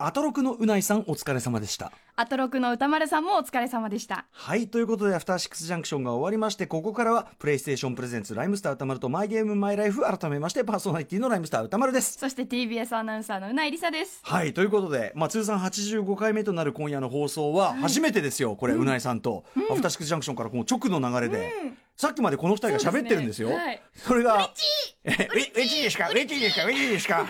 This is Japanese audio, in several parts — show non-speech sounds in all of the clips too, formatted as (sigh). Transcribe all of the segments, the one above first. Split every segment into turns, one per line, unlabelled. アトロクのうないさんお疲れ様でした
アトロクの歌丸さんもお疲れ様でした。
はいということでアフターシックスジャンクションが終わりましてここからはプレイステーションプレゼンツライムスター歌丸とマイゲームマイライフ改めましてパーソナリティのライムスター歌丸です
そして TBS アナウンサーのうないりさです。
はいということで、まあ、通算85回目となる今夜の放送は初めてですよ、これ、うないさんと、アフターシックスジャンクションからこの直の流れで、さっきまでこの二人が喋ってるんですよ。
そ
そう
ですねはい
れがえううちですかうちですかうちですか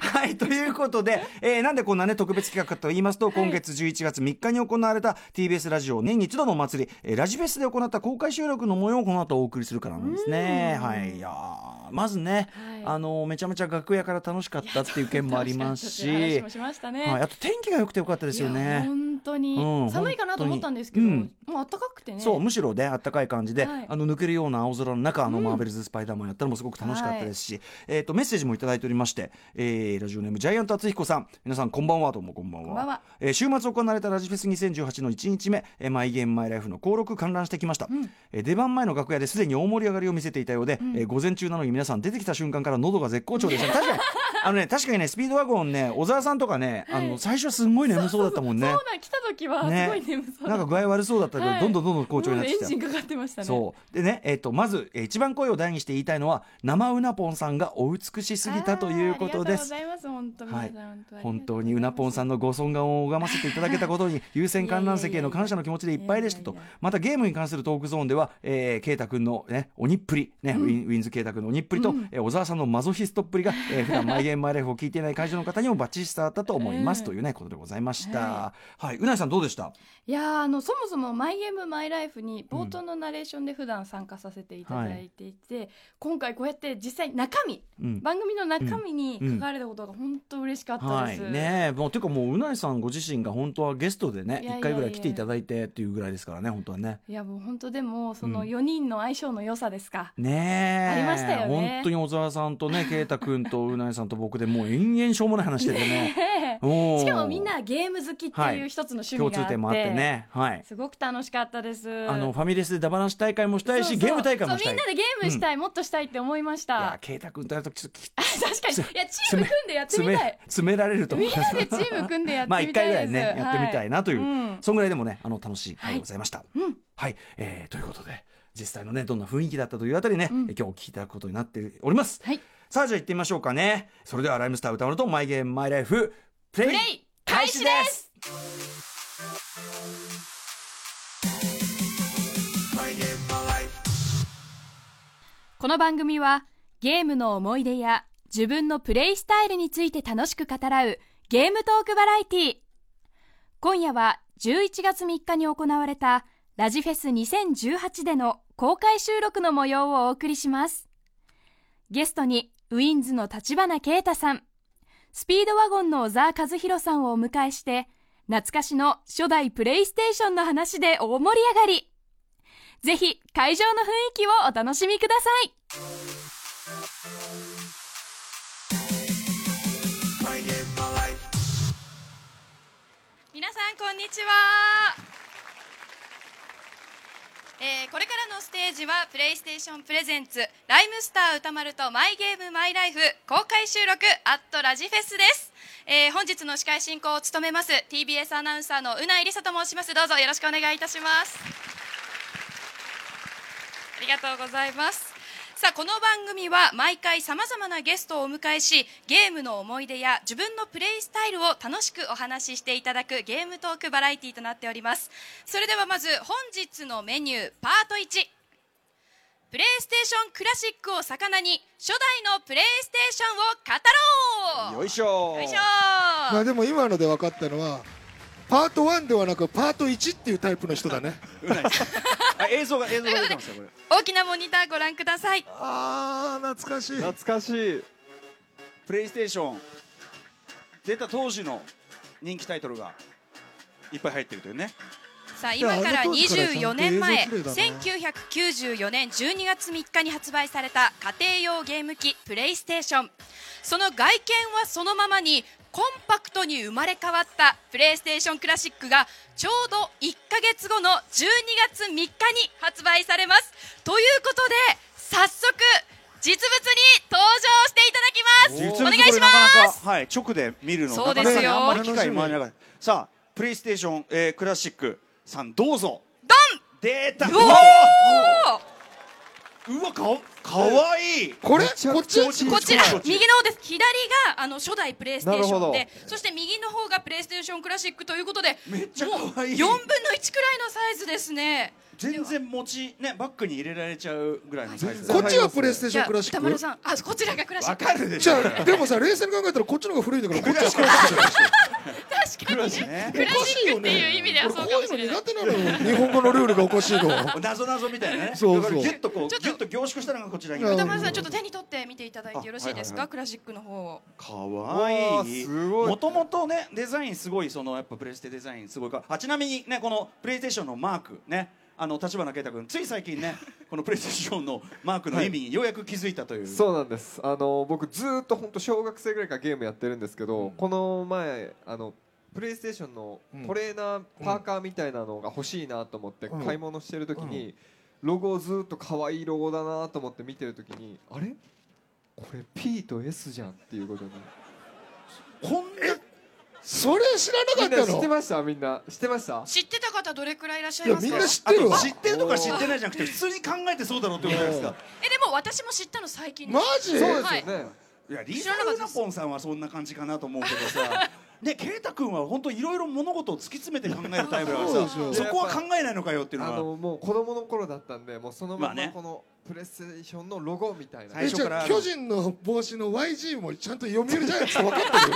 はいということで、えーなんでこんなね特別企画かと言いますと、今月11月3日に行われた TBS ラジオ年に一度のお祭り、えーラジフェスで行った公開収録の模様をこの後お送りするからなんですねはいいやーまずね、
はい
あのめちゃめちゃ楽屋から楽しかったっていう件もあります
(laughs)
し
楽しかったっていう話もしましたね
はい、あと天気が良くてよかったですよ
いや
ね
本当に、
うん
寒いかなと思ったんですけど、
本当に
もう暖かくてね。
そうむしろねあったかい感じで、
はい
あの抜けるような青空の中あの、マーベルズ・スパイダーマンやったのもすごく楽しかったですし、えー、とメッセージもいただいておりまして、えーラジオネームジャイアント厚彦さん皆さんこんばんはどうもこんばんは
こんばんは
えー週末行われたラジフェス2018の1日目「えーマイ・ゲーム・マイ・ライフ」の登録観覧してきました、えー出番前の楽屋ですでに大盛り上がりを見せていたようで、えー午前中なのに皆さん出てきた瞬間から喉が絶好調でしたね
(laughs)
確かにあのね確かにねスピードワゴンね小沢さんとかね、あの最初すんごい眠そうだったもんね
そうなん来た時はすごい眠そう
なんか具合悪そうだったけど、
はい
どんどんどんどん好調になってき
も
た
うエンジンかかってましたね。
そうでね、えっとまず、えー一番声を大にして言いたいのは生うなぽんさんがお美しすぎたということです
あーあ。りがとうございます本当に
は
皆
い
さん、
本当にうなぽんさんのご尊顔を拝ませていただけたことに優先観覧席への感謝の気持ちでいっぱいでした
い
と
やいやいや
またゲームに関するトークゾーンではえー圭太、君の、ね、鬼っぷり、ねウィンウィンズ圭太君の鬼っぷりと、えー小沢さんのマゾヒストっぷりが、えー、普段マイゲームマイライフを聞いていない会場の方にもバッチリ伝わったと思います、
うん
という、ね、ことでございました。は、
はい
うなぎさんどうでした
いやーあのそもそも「マイ・ゲーム・マイ・ライフ」に冒頭のナレーションで普段参加させていただいていて、今回こうやって実際中身、
うん
番組の中身に書かれたことが本当嬉しかった
は
で
い
す。
ねえもうていうかもううないさんご自身が本当はゲストでね
いやいやいや
一回ぐらい来ていただいてっていうぐらいですからね本当はね
いやもう本当でもそうの
ん
4人の相性の良さで
(laughs)
すか、
ねえ
ありましたよね
本当に小沢さんとね圭太君とうないさんと僕でもう延々しょうもない話してて
(laughs)
ね
ええ
おー
しかもみんなゲーム好きって
はい
いう一つの趣味が
共
あって,、
通点もあってねはい
すごく楽しかったです
あのファミレスでダバなし大会もしたいし
そうそう
ゲーム大会もしたい
そうみんなでゲームしたい、もっとしたいって思いまし
いや
た
圭太君とやるとちょっとき
確かにいやチーム組んでやって
詰
み
め
たい
詰められると思
み
い
ん
ます
なでチーム組んでや
(laughs)
ってみたいです。
まあ一回ぐらいね、やってみたいなという、
ん
そんぐらいでもね、あの楽しい回でございました。はい、えーということで、実際のね、どんな雰囲気だったというあたりね、えー今日お聞きいただくことになっております。
はい
さあ、じゃあ行ってみましょうかね。それでは、ライムスター歌丸と、マイゲーム、マイライフ、プレイ
プレイ開始ですこの番組はゲームの思い出や自分のプレイスタイルについて楽しく語らうゲームトークバラエティ今夜は11月3日に行われたラジフェス2018での公開収録の模様をお送りしますゲストにウィンズの立花啓太さんスピードワゴンの小沢和弘さんをお迎えして懐かしの初代プレイステーションの話で大盛り上がりぜひ会場の雰囲気をお楽しみください皆さんこんにちは、えーこれからのステージはプレイステーションプレゼンツライムスター歌丸とマイゲームマイライフ公開収録アットラジフェスです、えー本日の司会進行を務めます TBS アナウンサーのうないりさと申しますどうぞよろしくお願いいたしますありがとうございます。さあこの番組は毎回さまざまなゲストをお迎えしゲームの思い出や自分のプレイスタイルを楽しくお話ししていただくゲームトークバラエティとなっておりますそれではまず本日のメニューパート1プレイステーションクラシックを魚に初代のプレイステーションを語ろう
よいしょ
よいし
ま
ょ
あでも今ので分かったのはパート1ではなくパート1っていうタイプの人だね
あ映 (laughs) 像が映像が出てますよこれ
大きなモニターご覧ください
(laughs) あー懐かしい
懐かしいプレイステーション出た当時の人気タイトルがいっぱい入ってるというね
さあ今か
いや
ら
あの当時からちゃんと
24年前
映像綺麗だな
1994年12月3日に発売された家庭用ゲーム機プレイステーションその外見はそのままにコンパクトに生まれ変わったプレイステーションクラシックがちょうど1ヶ月後の12月3日に発売されますということで早速
実物に登場していただきます
実
お
物
願いします
これなかなか、はい、直で見るの
そうです
なかな
よ
かあんまり機会もありながらさあプレイステーション、えークラシックさんどうぞ
ド
出た
ンうお
うわ
ー
うわかわかわいい
これ
めちゃ
こ
く
っち
ちゃ
こちら
こっち
右の方です左があの初代プレイステーション
なる
でそして右の方がプレイステーションクラシックということで
めっちゃ
もう
可愛い
4分の1くらいのサイズですね
全然持ちねバッグに入れられちゃうぐらいのサイズ
こっちはプレイステーシ
じ
ョン
ゃ
ク
あ
ラシッ
歌丸
ク
さんあこちらがクラシッ
わ
ク
かるでし
(laughs) じ
ょ
ゃあでもさ冷静に考えたらこっちの方が古いんだからこっちの方が
確かにね
ク
ク
ラ
ラ
シ
シ
ッ
ック
クっ
ってて
い
いうう
意
意
味
味
で
で
は
は
そ
そううか
か
も
もし
しれ
れな
ないい
日本語のルールがおかしいの
(laughs) なぞなぞみたいなね
(laughs) そうそう
だからギュッとこうギュッと凝縮したのがこちらに
うん
歌丸さんちょっと手に取って見ていただいてよろしいです
あはいはいは
かクラシックの方を
かわ
わあ
いい
すごい
もともとねデザインすごいそのやっぱプレステデザインすごいからあちなみにねこのプレイステーションのマークねあの立花啓太君つい最近
(laughs)
ねこのプレイステーションのマークの意味にようやく気づいたという、
そうなんですあの僕ずーっと本当小学生ぐらいからゲームやってるんですけど、この前あのプレイステーションの
うん
トレーナーパーカーみたいなのが欲しいなと思って
うん
買い物してる時に、ロゴをずーっと可愛いロゴだなと思って見てる時にあれこれ P と S じゃんっていうことに
こんな
それ知
み
ら
ん
なか
な
った
知って
の
ましたみんな知ってました
知ってた方どれくらいいらっしゃ
い
い
や
ます
みん
か
な知っ
あ
てる
と
わ
知ってるとか知ってないじゃなくて普通に考えてそうだろうってことじゃないですか
えでも私も知ったの最近で
マ
す
ジ
そうです
は
よ
い
ね、
いやリーダー・ルナポンさんはそんな感じかなと思うけど
(laughs)
さね啓太君は本当いろいろ物事を突き詰めて考えるタイプだからさ
そう
で
そ
すよ
こは考えないのかよっていう
あ
のが
のもう子供の頃だったんでもうそのま
まあ
ま
ね
このプレイステーションのロゴみたいな、
最
え
初
じゃ
から
あ巨人の帽子の YG もちゃんと読売ジャイアンツって分か (laughs) ってる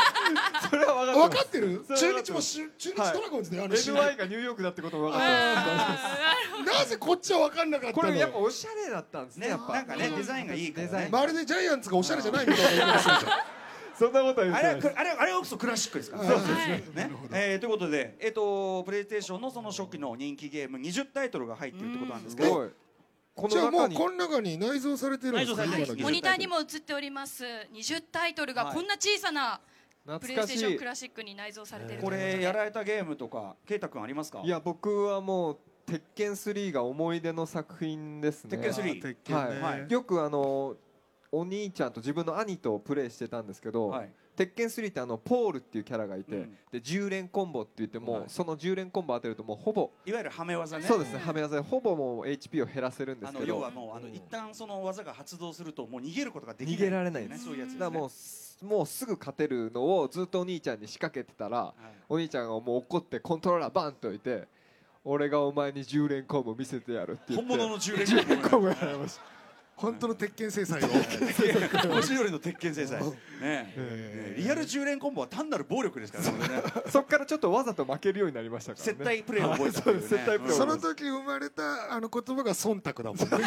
それは分かっ
分
て
かってる
それは
中日
分かって
も
ます
し中日ドラゴンズであの
ます
CM
NY がニューヨークだってことも分かってます
なぜこっちは分かんなかった
これやっぱ
の
おしゃれだったんですね
ね
やっぱ
なんかね
うん
デザインがいいからね
デザイン
まるでジャイアンツがおしゃれじゃないみたいな言い方してるじゃん
そんなことは言っ
あれ
てな
はい
です
くあれあれはこそクラシックですから。
そうです
ね。ねえーということで、えっ、とプレイステーションのその初期の人気ゲーム20タイトルが入ってるってことなんですけ
す
ど、
ごいこ
じゃあ
の
も
中
う
に
この中に内蔵されてるんですか
内蔵されてる
今
モ
の
ニターにも映っております20タイトルがこんな小さなプレ
懐
イス
か
テ
し
ーション
い
クラシックに内蔵されている
こと
いう
れ
で
やられたゲームとか、ケイタ君ありますか？
いや僕はもう鉄拳3が思い出の作品ですね
鉄拳3
鉄拳ね
はいよくあのお兄ちゃんと自分の兄とプレイしてたんですけど、
はい。
鉄拳3ってあのポールっていうキャラがいて、
うん
で10連コンボって言っても、
はい
その10連コンボ当てるともうほぼ、
いわゆるハメ技ね。
そうですねはめ技でほぼもう HP を減らせるんで
あ
す
の
け
要
ど
はもうあの一旦その技が発動するともう逃げることができない
逃げられない
ね
です
そういうやつですね。
だからもうすもうすぐ勝てるのをずっとお兄ちゃんに仕掛けてたら
はい
お兄ちゃんがもう怒ってコントローラーバンと置いて俺がお前に10連コンボ見せてやるって言っ
本
て
物の10連
(laughs)
拳
コンボやられました本当の鉄拳制裁を
腰よりの鉄拳制裁ねえ
え
リアル10連コンボは単なる暴力ですからねこれね
そっからちょっとわざと負けるようになりましたからね
接待プレーを覚えたというね
そう接待プレーを覚えた
その時生まれたあの言葉が忖度だもんね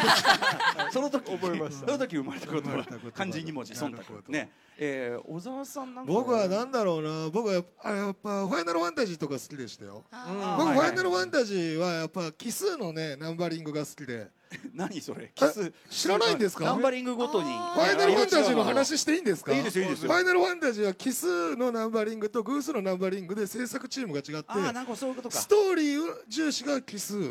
その時
覚えました
その時生まれた言
生まれ
葉
た言葉
漢字二文字忖度ねえー小沢さんなんか
僕はなんだろうな僕はやっぱあやっぱファイナルファンタジーとか好きでしたよ
あ
僕
はい
フ
はい
ァイナルファンタジーはやっぱ奇数のねナンバリングが好きで
何それキス
知らないんですか
ナンバリングごとにフ
ファイナルファンタジーの話していいんですか
いいですよいいですよ
ファイナルファンタジーは奇数のナンバリングと偶数のナンバリングで制作チームが違
ああ
っ
なんかそういうこと
て
か
ストーリー重視が奇数
な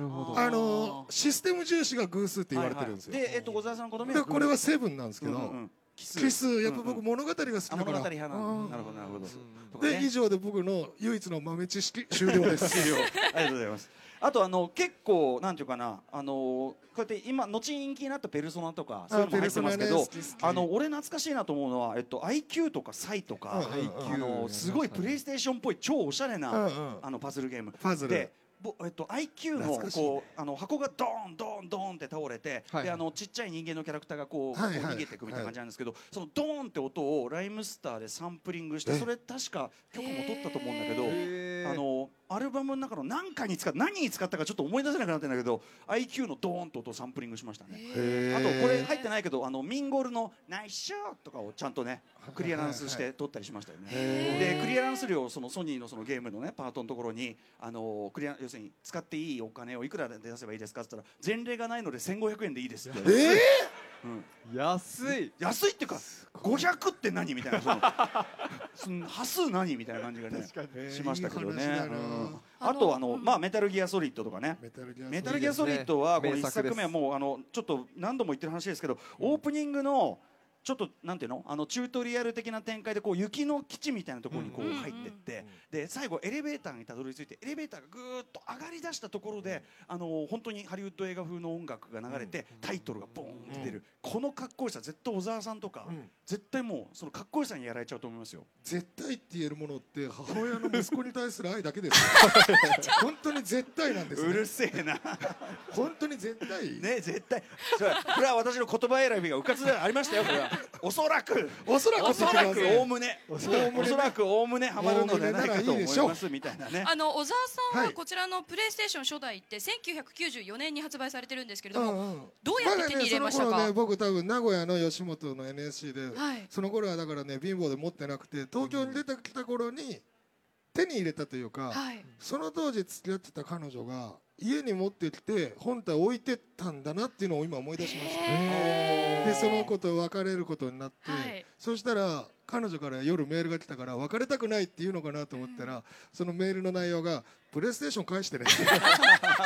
るほど
あのシステム重視が偶数って言われてるんですよ、
はいはいでえっと小沢さんこの目
でこれはセブンなんですけ
うん
ど、
うんキス
キスやっぱ
うんう
僕
ん
物語が好きだ
あ物
か
語派
ら
な
う
の
ん
なるほどなるほどとかね
で以上で僕の唯一の豆知識終了です
終了ありがとうございますあとあの結構なんていうかなあのこうやって今後人気になったペルソナとかそういうのも入ってますけ
ペルソナ
ど
ね好き好き
あの俺懐かしいなと思うのはえっと IQ とかサイとか
うんうんうん
あのすごいプレイステーションっぽい超おしゃれ
うんう
なんあのパズルゲーム
パズル
でぼえっと、IQ の
懐かしいね
こうあの箱がドーンドーンドーンって倒れて、
はい
であのちっちゃい人間のキャラクターがこう,、
はいはい
こう逃げていくみたいな感じなんですけど、そのドーンって音をライムスターでサンプリングして
え
それ確か曲も取ったと思うんだけど、
へー
あのアルバムの中の何かに使っ何に使ったかちょっと思い出せなくなってんだけど IQ のドーンと音をサンプリングしましたね。あとこれ入ってないけどあのミンゴールの「ナイスショー!」とかをちゃんとねクリアランスして撮ったりしましたよね。でクリアランス料をそのソニーのそのゲームのねパートのところにあのクリア要するに使っていいお金をいくらで出せばいいですかって言ったら前例がないので1500円でいいですって。
え
うん
安い
安いっていうか500って何みたいなその (laughs) その端数何みたいな感じがねしましたけどね
いい話だな
うんあとあのまあメタルギアソリッドとかね
メタルギア
メタル
ギ
ギアソリッドはこ
いい
の
ですね
1作目はもうあのちょっと何度も言ってる話ですけどオープニングのちょっとなんていうのあのチュートリアル的な展開でこう雪の基地みたいなところにこう
うん
入ってってで最後エレベーターにたどり着いてエレベーターがぐーっと上がりだしたところであの本当にハリウッド映画風の音楽が流れてタイトルがボーンって出るこのかっこよさ絶対小沢さんとか
うん
絶対もうそのかっこよさにやられちゃうと思いますよ。
絶対って言えるものって母親の息子に対する愛だけです
(laughs)
本当に絶対なんです
うる
ね
せえな
本当に絶対
ね絶対それはこれは私の言葉選びがうかつではありましたよこれはおそらく
おそらく
おそらく
お
おおむねおそらくおおむねハマるのではないかと思いますみたいなね
あの小沢さん
は
はいこちらのプレイステーション初代って1994年に発売されてるんですけれど
う
も、
んうん
どうやって手に入れましたか
だからね、その頃ね僕多分名古屋の吉本の NSC で、
はい
その頃はだからね貧乏で持ってなくて東京に出てきた頃に手に入れたというか、
はい
その当時付き合ってた彼女が家に持ってきて本体置いてったんだなっていうのを今思い出しました、でその子と別れることになって、
はい
そしたら彼女から夜メールが来たから別れたくないって言うのかなと思ったら、そのメールの内容が「プレイステーション返してね」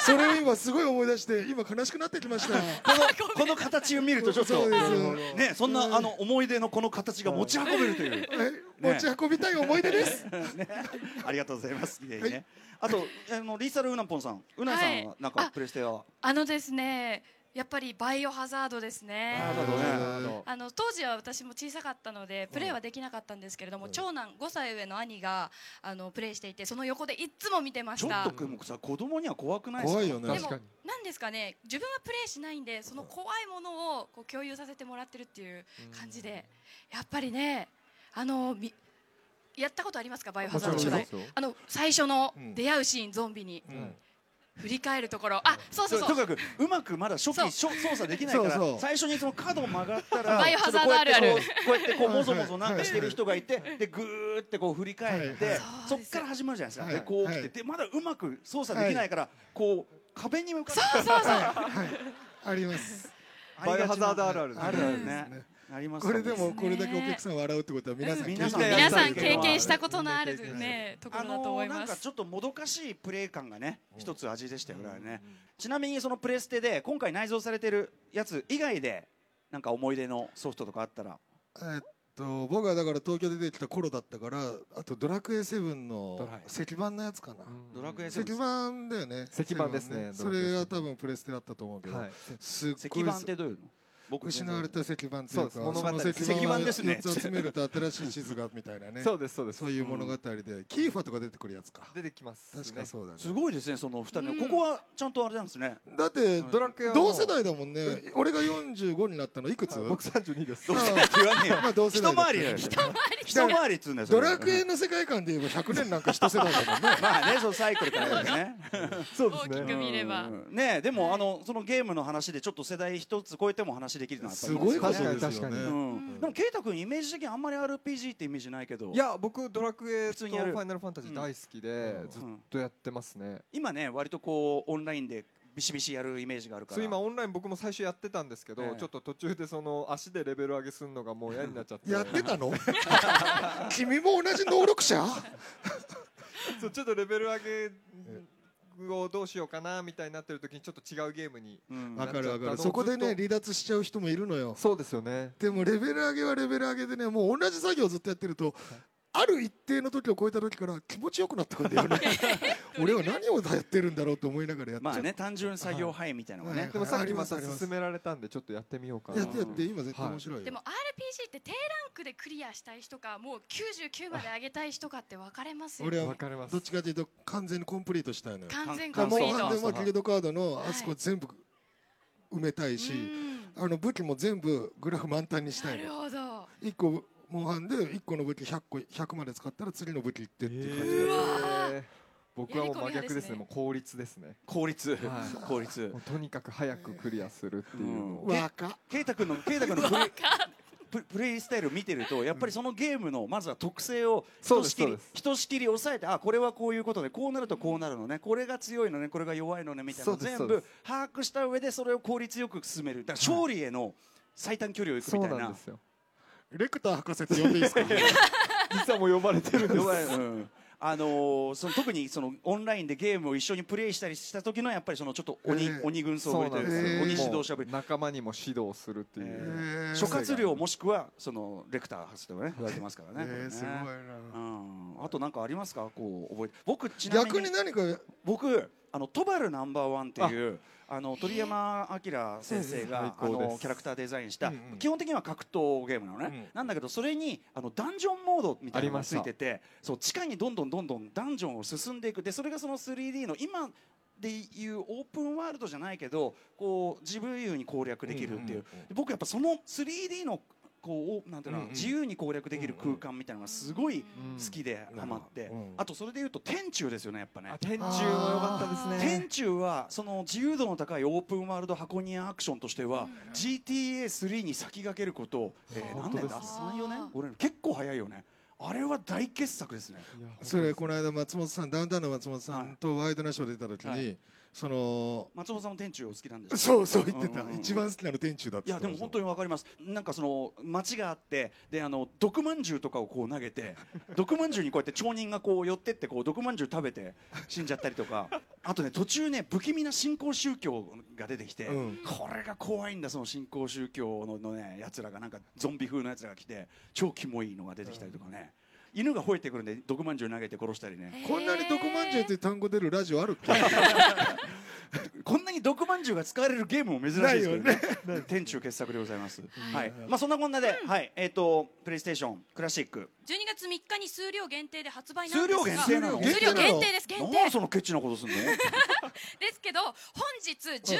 それを今すごい思い出して今悲しくなってきました。
このこの形を見るとちょっ
そ
と
うです
ねそん
うん
なあの思い出のこの形が持ち運べるという
え持ち運びたい思い出です。
ねありがとうございますねねあとあのリーサルウナポンさんウナさんはな
はい
んか
あ
プレステは
あのですねやっぱりバイオハザードですね
あそうだね
なるほど
あの当時は私も小さかったのでプレーはできなかったんですけれども、長男5歳上の兄があのプレイしていてその横でいっつも見てま
ち
し
ょったとくもさ子供には怖くないですか
怖いよね
で。も
確かに
なんですかね自分はプレイしないんでその怖いものをこう共有させてもらってるっていう感じでやっぱりねあのみやったことありますかバイオハザード初代あの最初の
うん
出会うシーンゾンビに、
ん
振り返るところあそうそう
と
そ
と
う
にかくうまくまだ初
そう
期しょ操作できないから
そうそう
最初にその角を曲がったら
バイオハザードあるある
ちょっとこうやってこうこうやってこうも
はいはい
ぞもぞなんかしてる人がいてでぐーってこう振り返って、
はいはい
そっから始まるじゃないですか、
はい
でこう来て、
はい
でまだうまく操作できないから、こう壁に向かって
あります。
バイオハザードあるある
あるあるね
ね
あります
これでもこれだけお客さん笑うってことは皆さん
ね
経験
皆
皆さん
経
経験
験
し
したた
ことのある
はい
ねとこ
あ
ろだと
の
思い
ーな
ま
んか
す
ちょっともどかしいプレー感がね一つ味でしたよね、あれねちなみにそのプレステで今回内蔵されてるやつ以外でなんか思い出のソフトとかあったら
えっと僕はだから東京で出てきた頃だったからあとドラクエセブンの石板のやつかな。
ドラクエ
石
セブン
板だよね。
石板ですね
それが多分プレステだったと思うけど
はい。
すっ
石
ごい
板ってどういうの僕
失われた石板というか、
そうです
その
物語
石板を
石板
(laughs)
ですね
4つ集めると新しい地図がみたいなね。
そうですそうです
そういう物語でキーファとか出てくるやつか。
出てきますね
確かそうだね。
すごいですねその二人の、
うん
ここはちゃんとあれなんですね
だって
ドラクエは
同世代だもんね俺が45になったのいくつ
僕三十二です
どうしてって言わねえよ
まあ同世代
一
だ
回りだよ
一
一
回
回りっつうんだよそれ
ドラクエの世界観で言えば100年なんか一世代だもんね
(laughs) まあねそのサイクルからだよね
そう
大き
です
く
ね
見れば
うんねえでもあのそのゲームの話でちょっと世代一つ超えても話できるのはやっぱ
す
り
ごいこと
確か
で
に
す
確
よ
かに
う
ね
ん、でも圭太君イメージ的にあんまり RPG ってイメージないけど
いや僕ドラクエ
普通
とフ
にやる
ァイナルファンタジー大好きで
う
ずっ
ん
とやってますね
今ね割とこうオンラインでビシビシやるイメージがあるから
そう今オンライン僕も最初やってたんですけど、
ええ
ちょっと途中でその足でレベル上げするのがもう嫌になっちゃって
やってたの (laughs) 君も同じ能力者
(laughs) そうちょっとレベル上げをどうしようかなみたいになってる時にちょっと違うゲームに
うん
わかるわか
あ
る
の
そこで
ず
ね
っと
離脱しちゃう人もいるのよ
そうですよね
でもレベル上げはレベル上げでねもう同じ作業をずっとやってるとある一定の時を超えた時から気持ちよくなってくるんだよね俺は何をやってるんだろうと思いながらやって
まあね単純作業範囲みたいなのがね、
はい
でもさ
あ
っ
り
き
ま
ますた
あります
勧められたんでちょっとやってみようかな
やってやって今絶対面白いよ
でも RPG って低ランクでクリアしたい人かもう99まで上げたい人かって分かれますよ
俺
わ
は
かります
どっちかというと完全にコンプリートしたいのよ
完全
だ
コ
から
ンプ
も
リ
うで
ート
もうギルドカードの
はい
あそこ全部埋めたいし、
うん
あの武器も全部グラフ満タンにした
ないる
の
ほど
1個モンハンで1個の武器100個100まで使ったら次の武器いってっていう感じ
え
で、
ー僕はもう真逆で
や
すね
り込み派ですね
もう効率ですね
効率、
はい
効率
(laughs) もうとにかく早くクリアするっていうのを、
えー
若っ
圭太君の圭太君のプレイププレイスタイル見てるとやっぱりそのゲームのまずは特性をひ
そう
と
です
しき
そ
り
うです
ひとしきり抑えてあこれはこういうことでこうなるとこうなるのねこれが強いのねこれが弱いのねみたいなのを
そうで
全
すそう
部
で
把握した上でそれを効率よく進めるだから勝利への最短距離を行く
そ
み
う
たい
なん
な
ですよ
レクター博士って呼んでいいです (laughs) か
実はもう呼ばれてるんです
要はうんあのーその特にそのオンラインでゲームを一緒にプレイしたりした時のやっぱりそのちょっと鬼,、
ええ
鬼軍曹ぶりというか、
そうなんですよ
鬼指導者ぶり、
もう仲間にも指導するっていう、
え
えー
諸葛亮もしくはそのレクター博士とかね言われてますからね。これ
え
ね
ー、すごいな
うん、あとなんかありますかこう覚えて僕ちなみに
逆に何か
僕あのトバルナンバーワンっていうあの鳥山明先生があ
最高です
のキャラクターデザインした、
うんうん
基本的には格闘ゲームなのね、なんだけどそれにあのダンジョンモードみたいなの
あり
が
ま
つ
した
いててそう地下にどんどんどんどんダンジョンを進んでいくでそれがその 3D の今でいうオープンワールドじゃないけどこう自由に攻略できるっていう、で僕やっぱその 3D のこうおなんていうの、
うんうん
自由に攻略できる空間みたいなのがすごい
うん
好きでハマって、
うん
あとそれでいうと天柱ですよねやっぱね
あ天柱も良かったですね
天柱はその自由度の高いオープンワールド箱庭アクションとしては GTA3 に先駆けることを、えー何
本当
年
です
だ
ね
34年俺結構早いよねあれは大傑作ですね
いや本当
それこの間松本さんダウンタウンの松本さ
はい
んとワイドナショー出た時に、
はい
その
松本さんも天柱お好きなんです
そうそう言ってた、
うんうんうん
一番好きなの店中だって
いやでも本当
に
にわかりますなんかその町があってであの毒まんじゅうとかをこう投げ
(laughs)
て毒まんじゅうにこうやって町人がこう寄ってってこう毒まんじゅう食べて死んじゃったりとかあとね途中ね不気味な新興宗教が出てきて、
うん
これが怖いんだその新興宗教ののねやつらがなんかゾンビ風のやつらが来て超キモいのが出てきたりとかね、犬が吠えてくるんで毒まんじゅう投げて殺したりね
こんなに毒まんじゅうっていう単語出るラジオあるっけ
こんなに毒まんじゅうが使われるゲームも珍しいですけどね。天中傑作でございます。はい。まあそんなこんなで、はい。えっ、とプレイステーションクラシック。
12月3日に数量限定で発売なんですが
数量限定なの
数量限定です限定
なんでそのケチなことすんの？
ですけど本日11月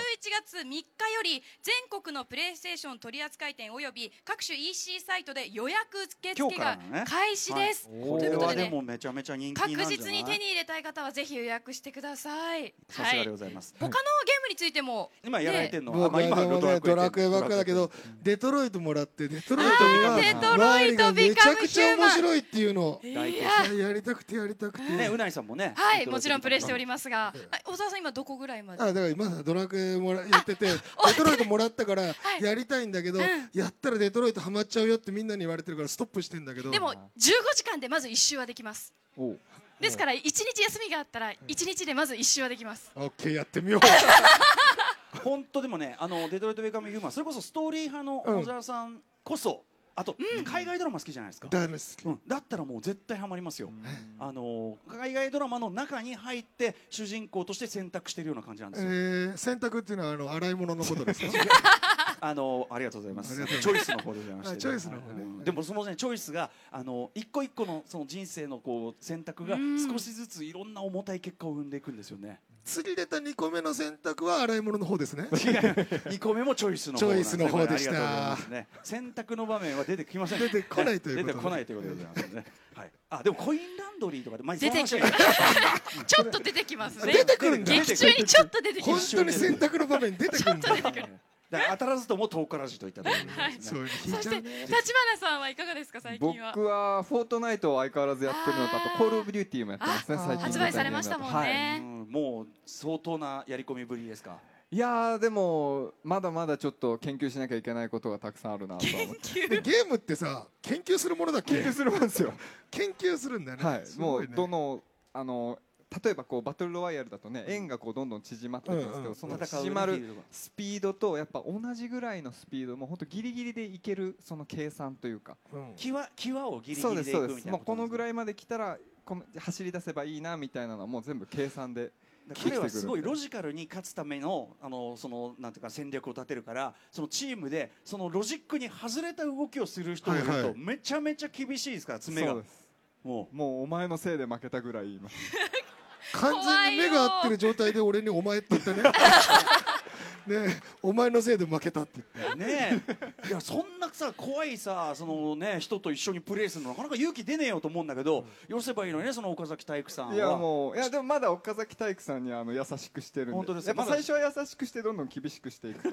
3日より全国のプレイステーション取扱店および各種 EC サイトで予約受
今日
付
から
が
のね
開始です、
はい
と
こ
い
れ
うこと
は
で
ね
でもめちゃめちゃ人気なんじゃな
確
い。
実に手に入れたい方はぜひ予約してください
さ
は
す
い
が
他
で
のゲ
ございます。
ームについても
今やられてるのは、
僕
まあ
は
今
でもねドラクエばっかだけ
ド
ど
ラクエ
デトロイトもらってデトロイ
あーデ
ト
ト
が
ロイト
がめ
ビ
ちゃ
カム
く
ヒ
ち
ュ
ゃ
ーマ
面
ン
白いっていうの
い
大
や
いややりたくてやりたくて
ねうないさんもね。
はいもちろんプレイしており
ま
ますがあ小沢さん今どこぐらいまで
あだから今ドラクエもらやっててデトロイトもらったから
はい
やりたいんだけど、
うん
やったらデトロイトハマっちゃうよってみんなに言われてるからストップしてんだけど
でも15時間でまず1周はできます
す。おう
ですから1日休みがあったら1日でまず1周はできます
オッケーやってみよう
本当でもね、あのデトロイト・ベイカム・ヒューマン、それこそストーリー派の小沢さんこそ、あと、海外ドラマ好きじゃないですか。
ダメです
うん、だったらもう絶対ハマりますよ、あのー海外ドラマの中に入って主人公として選択してるような感じなんで
え
すよ、
ー、洗濯っていうのはあの洗い物のことですか
あのーありがとうございます
ありがとうご
チョイスの方でございまし
あ
て
チョイスの方ね
うんでもそのねチョイスが、あのー一個一個のその人生のこう選択が
うん
少しずついろんな重たい結果を生んでいくんですよね
次出た2個目の洗濯は洗い物の方ですね
(laughs) 2個目もチョイスの方なんですね
チョイスの方でした
これありがとうございますね選択の場面は出てきません
(laughs) 出てこないとい
(laughs)
うことで
出てこないということでございますね、はい、あでもコインランドリーとかで前に
出てき
その話が
ちょっと出てきますね
出てくるんだ
劇中にちょっと出てきま
本
す
当に洗濯の場面出てくる
(laughs)
んだ
だから当たらずとも遠からずといったところです
そう
ね。
いうの
そ
聞
し
いち
て
ゃうね
立花さんはいかがですか最近は
僕はフォートナイトを相変わらずやってるのとあ
あー
とコールオブデューティーもやってますね
あ
最近
発売されましたもん
はい
うん
ね、
もう相当なやり込みぶりですか。
いやーでもまだまだちょっと研究しなきゃいけないことがたくさんあるなとは思っ
(laughs)
て
でゲームってさ研究するものだっけ
研究するもんですよ
研究するんだよ
(laughs)
ね、
はい
す
も
ご
う
いね
どのあの例えばこうバトルロワイヤルだとね円がこうどんどん縮まっていくんですけ
うんう
ど
ん
その
戦う
縮ま
フィー
る
ルドが
スピードとやっぱ同じぐらいのスピードも本当ギリギリでいけるその計算というか
うん
際際をギリ
そ
ギ
う
リですい
でそ
く
うで
み
す
たいな
もうこのぐら
い。
いまで来たらこの走り出せばいいなみたいなのはもう全部計算で
彼はすごいロジカルに勝つためのあのそのなんていうか戦略を立てるから、そのチームでそのロジックに外れた動きをする人がいる
はいは
と
い
めちゃめちゃ厳しいですから爪が
そうです
も
もうお前のせいで負けたぐらい言います
完全に目が合ってる状態で俺に「お前」って言った (laughs) ねねえお前のせいで負けたって言っ
うねえいやそんなさ怖いさそのね人と一緒にプレイするのなかなか勇気出ねえよと思うんだけど、寄せばいいのにねその岡崎体育さんは。
いやもういやでもまだ岡崎体育さんにあの優しくしてるんで
本当です
やっぱ
まだ
最初は優しくしてどんどん厳しくしていく
(laughs)
と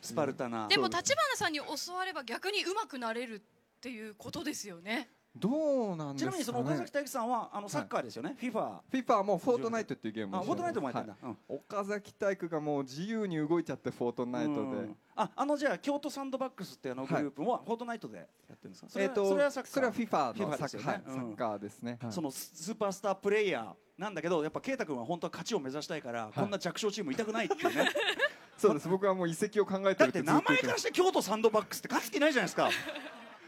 スパルタな。
でも立花さんに教われば逆に上手くなれるっていうことですよね
どうなんですか
ちな
ね
みにその岡崎体育さんはあのサッカーですよね、FIFA
FIFA はもうフォートナイトっていうゲーム
あ
を
フォートナイトもやってん
は
だ
い、岡崎体育がもう自由に動いちゃってフォートナイトで、
うんああのじゃあ京都サンドバックスってあのグループもフォートナイトでやってるんですかそれ
え
は
っと
それはサッカー
それは FIFA の
FIFA
サ
です
ッ
よね
カー、はいサッカーですね、はい
そのススーパースタープレイヤーなんだけどやっぱ圭太君は本当は勝ちを目指したいから、こんな弱小チームいたくないっていうね
(laughs) そうです僕はもう移籍を考えて
だっ
る
て
ず
名
と言
前
って
か
ま
ら
す
して京都サンドバックスって勝つ気ないじゃないですか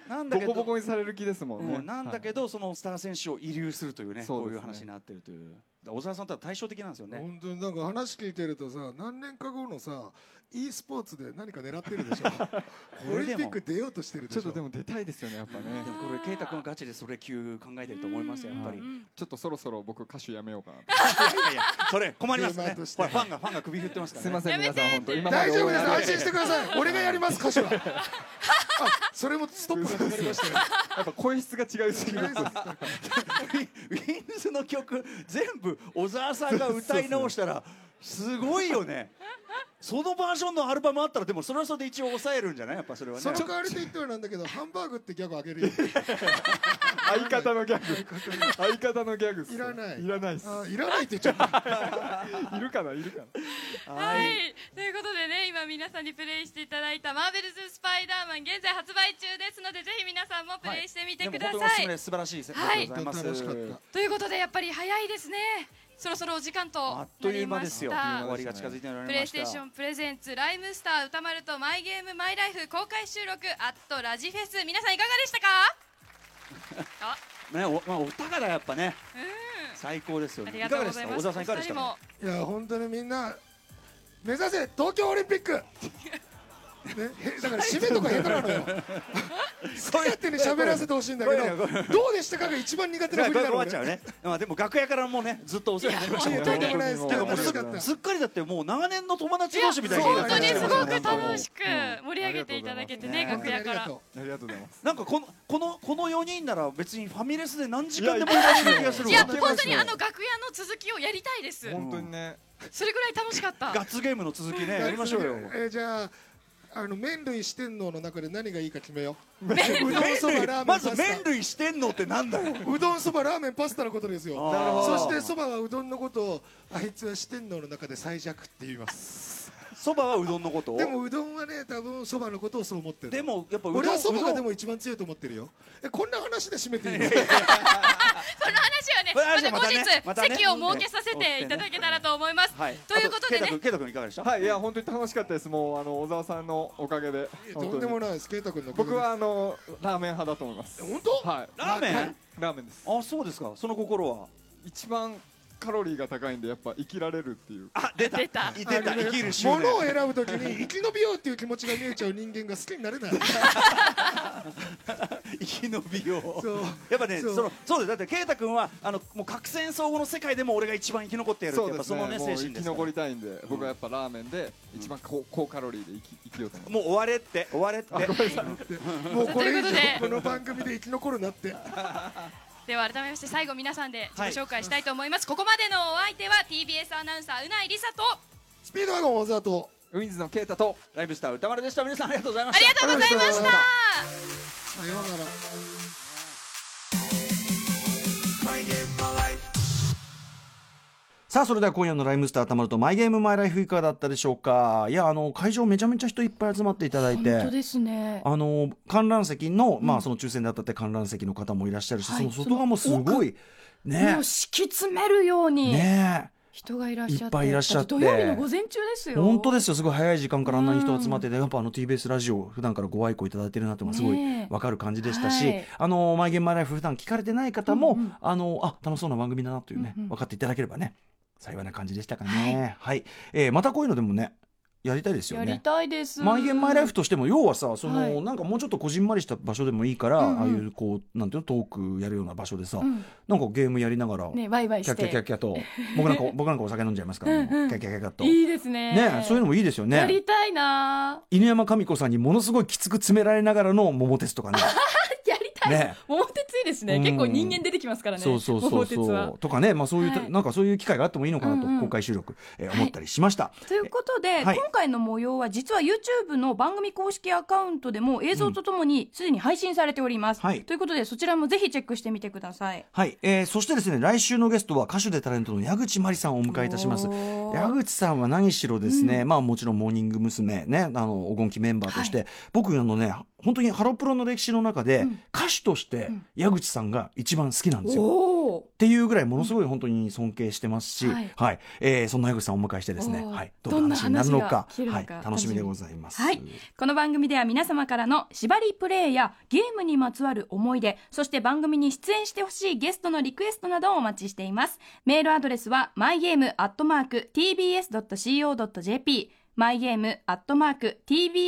なんだけど
ボコボコにされる気ですもんね、
うんなんだけど、そのスター選手を遺留するというね
そう
こ
で
うい
すね
う話になってるというだから小沢さんとは対照的なんですよね
本当になんか話聞いてるとさ何年か後のさ e スポーツで何か狙ってるでしょ (laughs) オ
れ
リ
でも
ンピック出ようとしてるで
ち
し
ょ
ょ
っとでも出たいですよねやっぱね
でもこれ圭太君はガチでそれ級考えてると思いますよやっぱり、
う
い
ちょっとそろそろ僕歌手やめようかなと
やいやそれ困ります
ゲー
ね
マーとし
ほ
て
らファンがファンが首振ってますから
すい
ね
ません皆さん本当今ま
大
で
丈夫です
応援あ
安心
りがとう
してください俺がやり (laughs) ます歌手はあそれもストップがかかりましたよ
やっぱ声質が違いすぎる
ウィンズの曲全部小沢さんが歌い直したらすごいよねそのバージョンのアルバムあったらでもそれはそれで一応抑えるんじゃないやっぱそれはね
その代わりと言ってはなんだけどハンバーグってギャグあげ (laughs) るよ
相方のギャグ相方のギャグっす
いらない
いらないっす
あいらないって言っちゃった
いるかないるかな
は
はい、ということでね今皆さんにプレイしていただいた「マーベルズ・スパイダーマン」現在発売中ですのでぜひ皆さんもプレイしてみてくださ
でも本当におすす
い、
めです素晴らしいです
はい
ありがとうございま
楽
す
しかった
ということでやっぱり早いですねそろそろお時間と
あ
な
っとい
り
う間
ま
で
し
すよ
た
終わりが近づいておられました
プレイステーションプレゼンツライムスター歌丸とマイゲームマイライフ公開収録アットラジフェス皆さんいかがでしたかあ
ねおまあお宝やっぱね
う
最高ですよ
んあり
ねい
が
か
とう
が
ご
でし
ざいます
た小沢さんいかがでした
お二人も
いや本当にみんな目指せ東京オリンピ
(laughs)
ック、ね、へだから締めとか下手
(laughs)
なのよ好き勝手に喋らせてほしいんだけど
ごめんご
ど
めん
うでしたかが一番苦手
じゃあ
な振
こ
り
れ
な
終わ
の
っちゃう
ね
ねまあでも楽屋からもねずっとお世話になりました
とんでもないです
な
け
んか
ど
もう
楽
す
し
っ
かった
すっかりだってもう長年の友達同士みたいな
や
本当にすごく楽しく
う
盛り上げていただけてね
うん
楽屋から
本
ありがとうございます
なんかこのこのこの4人なら別にファミレスで何時間でもいられる気がする
い
わ
や
本当に
本当にあの楽屋の続きをやりたいです
本当にね
それぐらい楽しかった
ガッツゲームの続きねやりましょうよ
えーじゃああの麺類四天王の中で何がいいか決めよう
麺
うどんそば
類
ラーメン
まず
パスタ
麺類してんのってなんだよ
うどんそばラーメンパスタのことですよ
なるほど
そしてそばはうどんのことをあいつは四天王の中で最弱って言います
そばはうどんのことを
でもうどんはね多分そばのことをそう思ってる
でもやっぱうどん
俺はそば
うど
が
ん
でも一番強いと思ってるよえこんな話で締めていいの
その話はね
これ話は
ま
ま
た後
たね
日、
またね
席を設けさせていただけたらと思います、
はい
ということで
あ
ね
圭太君圭太君いかがでした
はいいや本当に楽しかったですもうあの小沢さんのおかげで
いや
本
と
当
んでも
に
ないです、ケイタ君の
僕はあのラーメン派だと思います
本当、
はい
ラーメン
ラーメンです
あそうですかその心は
一番カロリーが高いんでやっぱ生きられるっていう
あ出た
出た
出た生きる執
物
念
を選ぶときに生き延びようっていう気持ちが見えちゃう人間が好きになれない
生き延びよう
(laughs) そう
やっぱね
そ
そうのそうですだって圭太君はあのもう核戦争後の世界でも俺が一番生き残ってやるってやっぱそのね
もう
精
生
神です
き
から
残りたいんで、僕はやっぱラーメンで一番高,、高カロリーで生き生きようと思います
もう終われって終われって
もうこれ
という
以上
ことで
この番組で生き残るなって
では改めまして最後皆さんで自己紹介したいと思います、ここまでのお相手は TBS アナウンサーうないりさと
スピードワゴン小沢と
ウィンズの啓太と
ライブスター歌丸でした皆さんありがとうございま
あ
し
りが
た
とうございました
さようなら
さあ、それでは今夜のライムスターたまると、マイゲームマイライフいかがだったでしょうか。いや、あの、会場めちゃめちゃ人いっぱい集まっていただいて。
ですね
あの観覧席の、まあその抽選で当たって観覧席の方もいらっしゃるし、
はい
その外側もすごいね
き詰めるように
ね
人がいら
っしゃっていっぱいいらっしゃってだって土曜日の午
前中です
本当ですよすごい早い時間からあんなに人集まってて、やっぱあの TBS ラジオ普段からご愛顧いただいてるなってのがすごい
ねえ
わかる感じでしたし、
はい
あの「マイ・ゲーム・マイ・ライフ」普段聞かれてない方も、
うんうん
あのあ楽しそうな番組だなというね、
うんうん
分かっていただければね幸いな感じでしたかね。はい、えーまたこういうのでもねやりたいですよね。
たいです
マイ・ゲーム・マイ・ライフとしても要はさその、
はい
なんかもうちょっとこじんまりした場所でもいいから、
うんうん
ああいうこうなんていうのトークやるような場所でさ、
うん
なんかゲームやりながら、
ねワイワイ
キャッキャッキャッキャと僕なんか僕なんかお酒飲んじゃいますから、もう
うんうん
キャッキャッキャッキャッと
いいですね
ねそういうのもいいですよ
や
ね
りたいな
犬山紙子さんにものすごいきつく詰められながらの桃鉄とかね
やりた
ね
桃鉄いいですね。結構人間出てきますからね。
そうそうそう
桃鉄
そ
は
う。とかね、まあそういう、
はい
なんかそういう機会があってもいいのかなと、
うんうん
公開収録、えー思ったりしました。
ということで、
はい
今回の模様は実は YouTube の番組公式アカウントでも映像とともにすでに配信されております、
はい
ということでそちらもぜひチェックしてみてください
はい、えーそしてですね来週のゲストは歌手でタレントの矢口真理さんをお迎えいたします
おー
矢口さんは何しろですね、まあもちろんモーニング娘。ねあの黄金期メンバーとして、僕あのね本当にハロプロの歴史の中で、歌手として矢口さんが一番好きなんですよ。
おお
っていうぐらいものすごい本当に尊敬してますし、
うんは
はいい、えーそんな矢口さんをお迎えしてですね、
おー
はい、
どんな話
になるの
が
か
聞けるの
は
か
い、楽しみでございます。
はいこの番組では皆様からの縛りプレイやゲームにまつわる思い出そして番組に出演してほしいゲストのリクエストなどをお待ちしていますメールアドレスは mygame.tbs.co.jp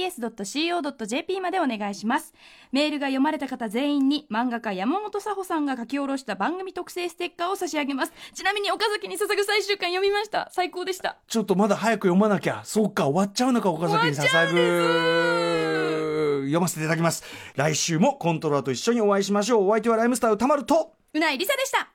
mygame.tbs.co.jp までお願いしますメールが読まれた方全員に漫画家山本佐穂さんが書き下ろした番組特製ステッカーを差し上げますちなみに岡崎に捧ぐ最終巻読みました最高でした
ちょっとまだ早く読まなきゃ。そうか、終わっちゃうのか、岡崎に捧ぐ。読ませていただきます。来週もコントローラーと一緒にお会いしましょう。お相手はライムスター歌丸と。
うないりさでした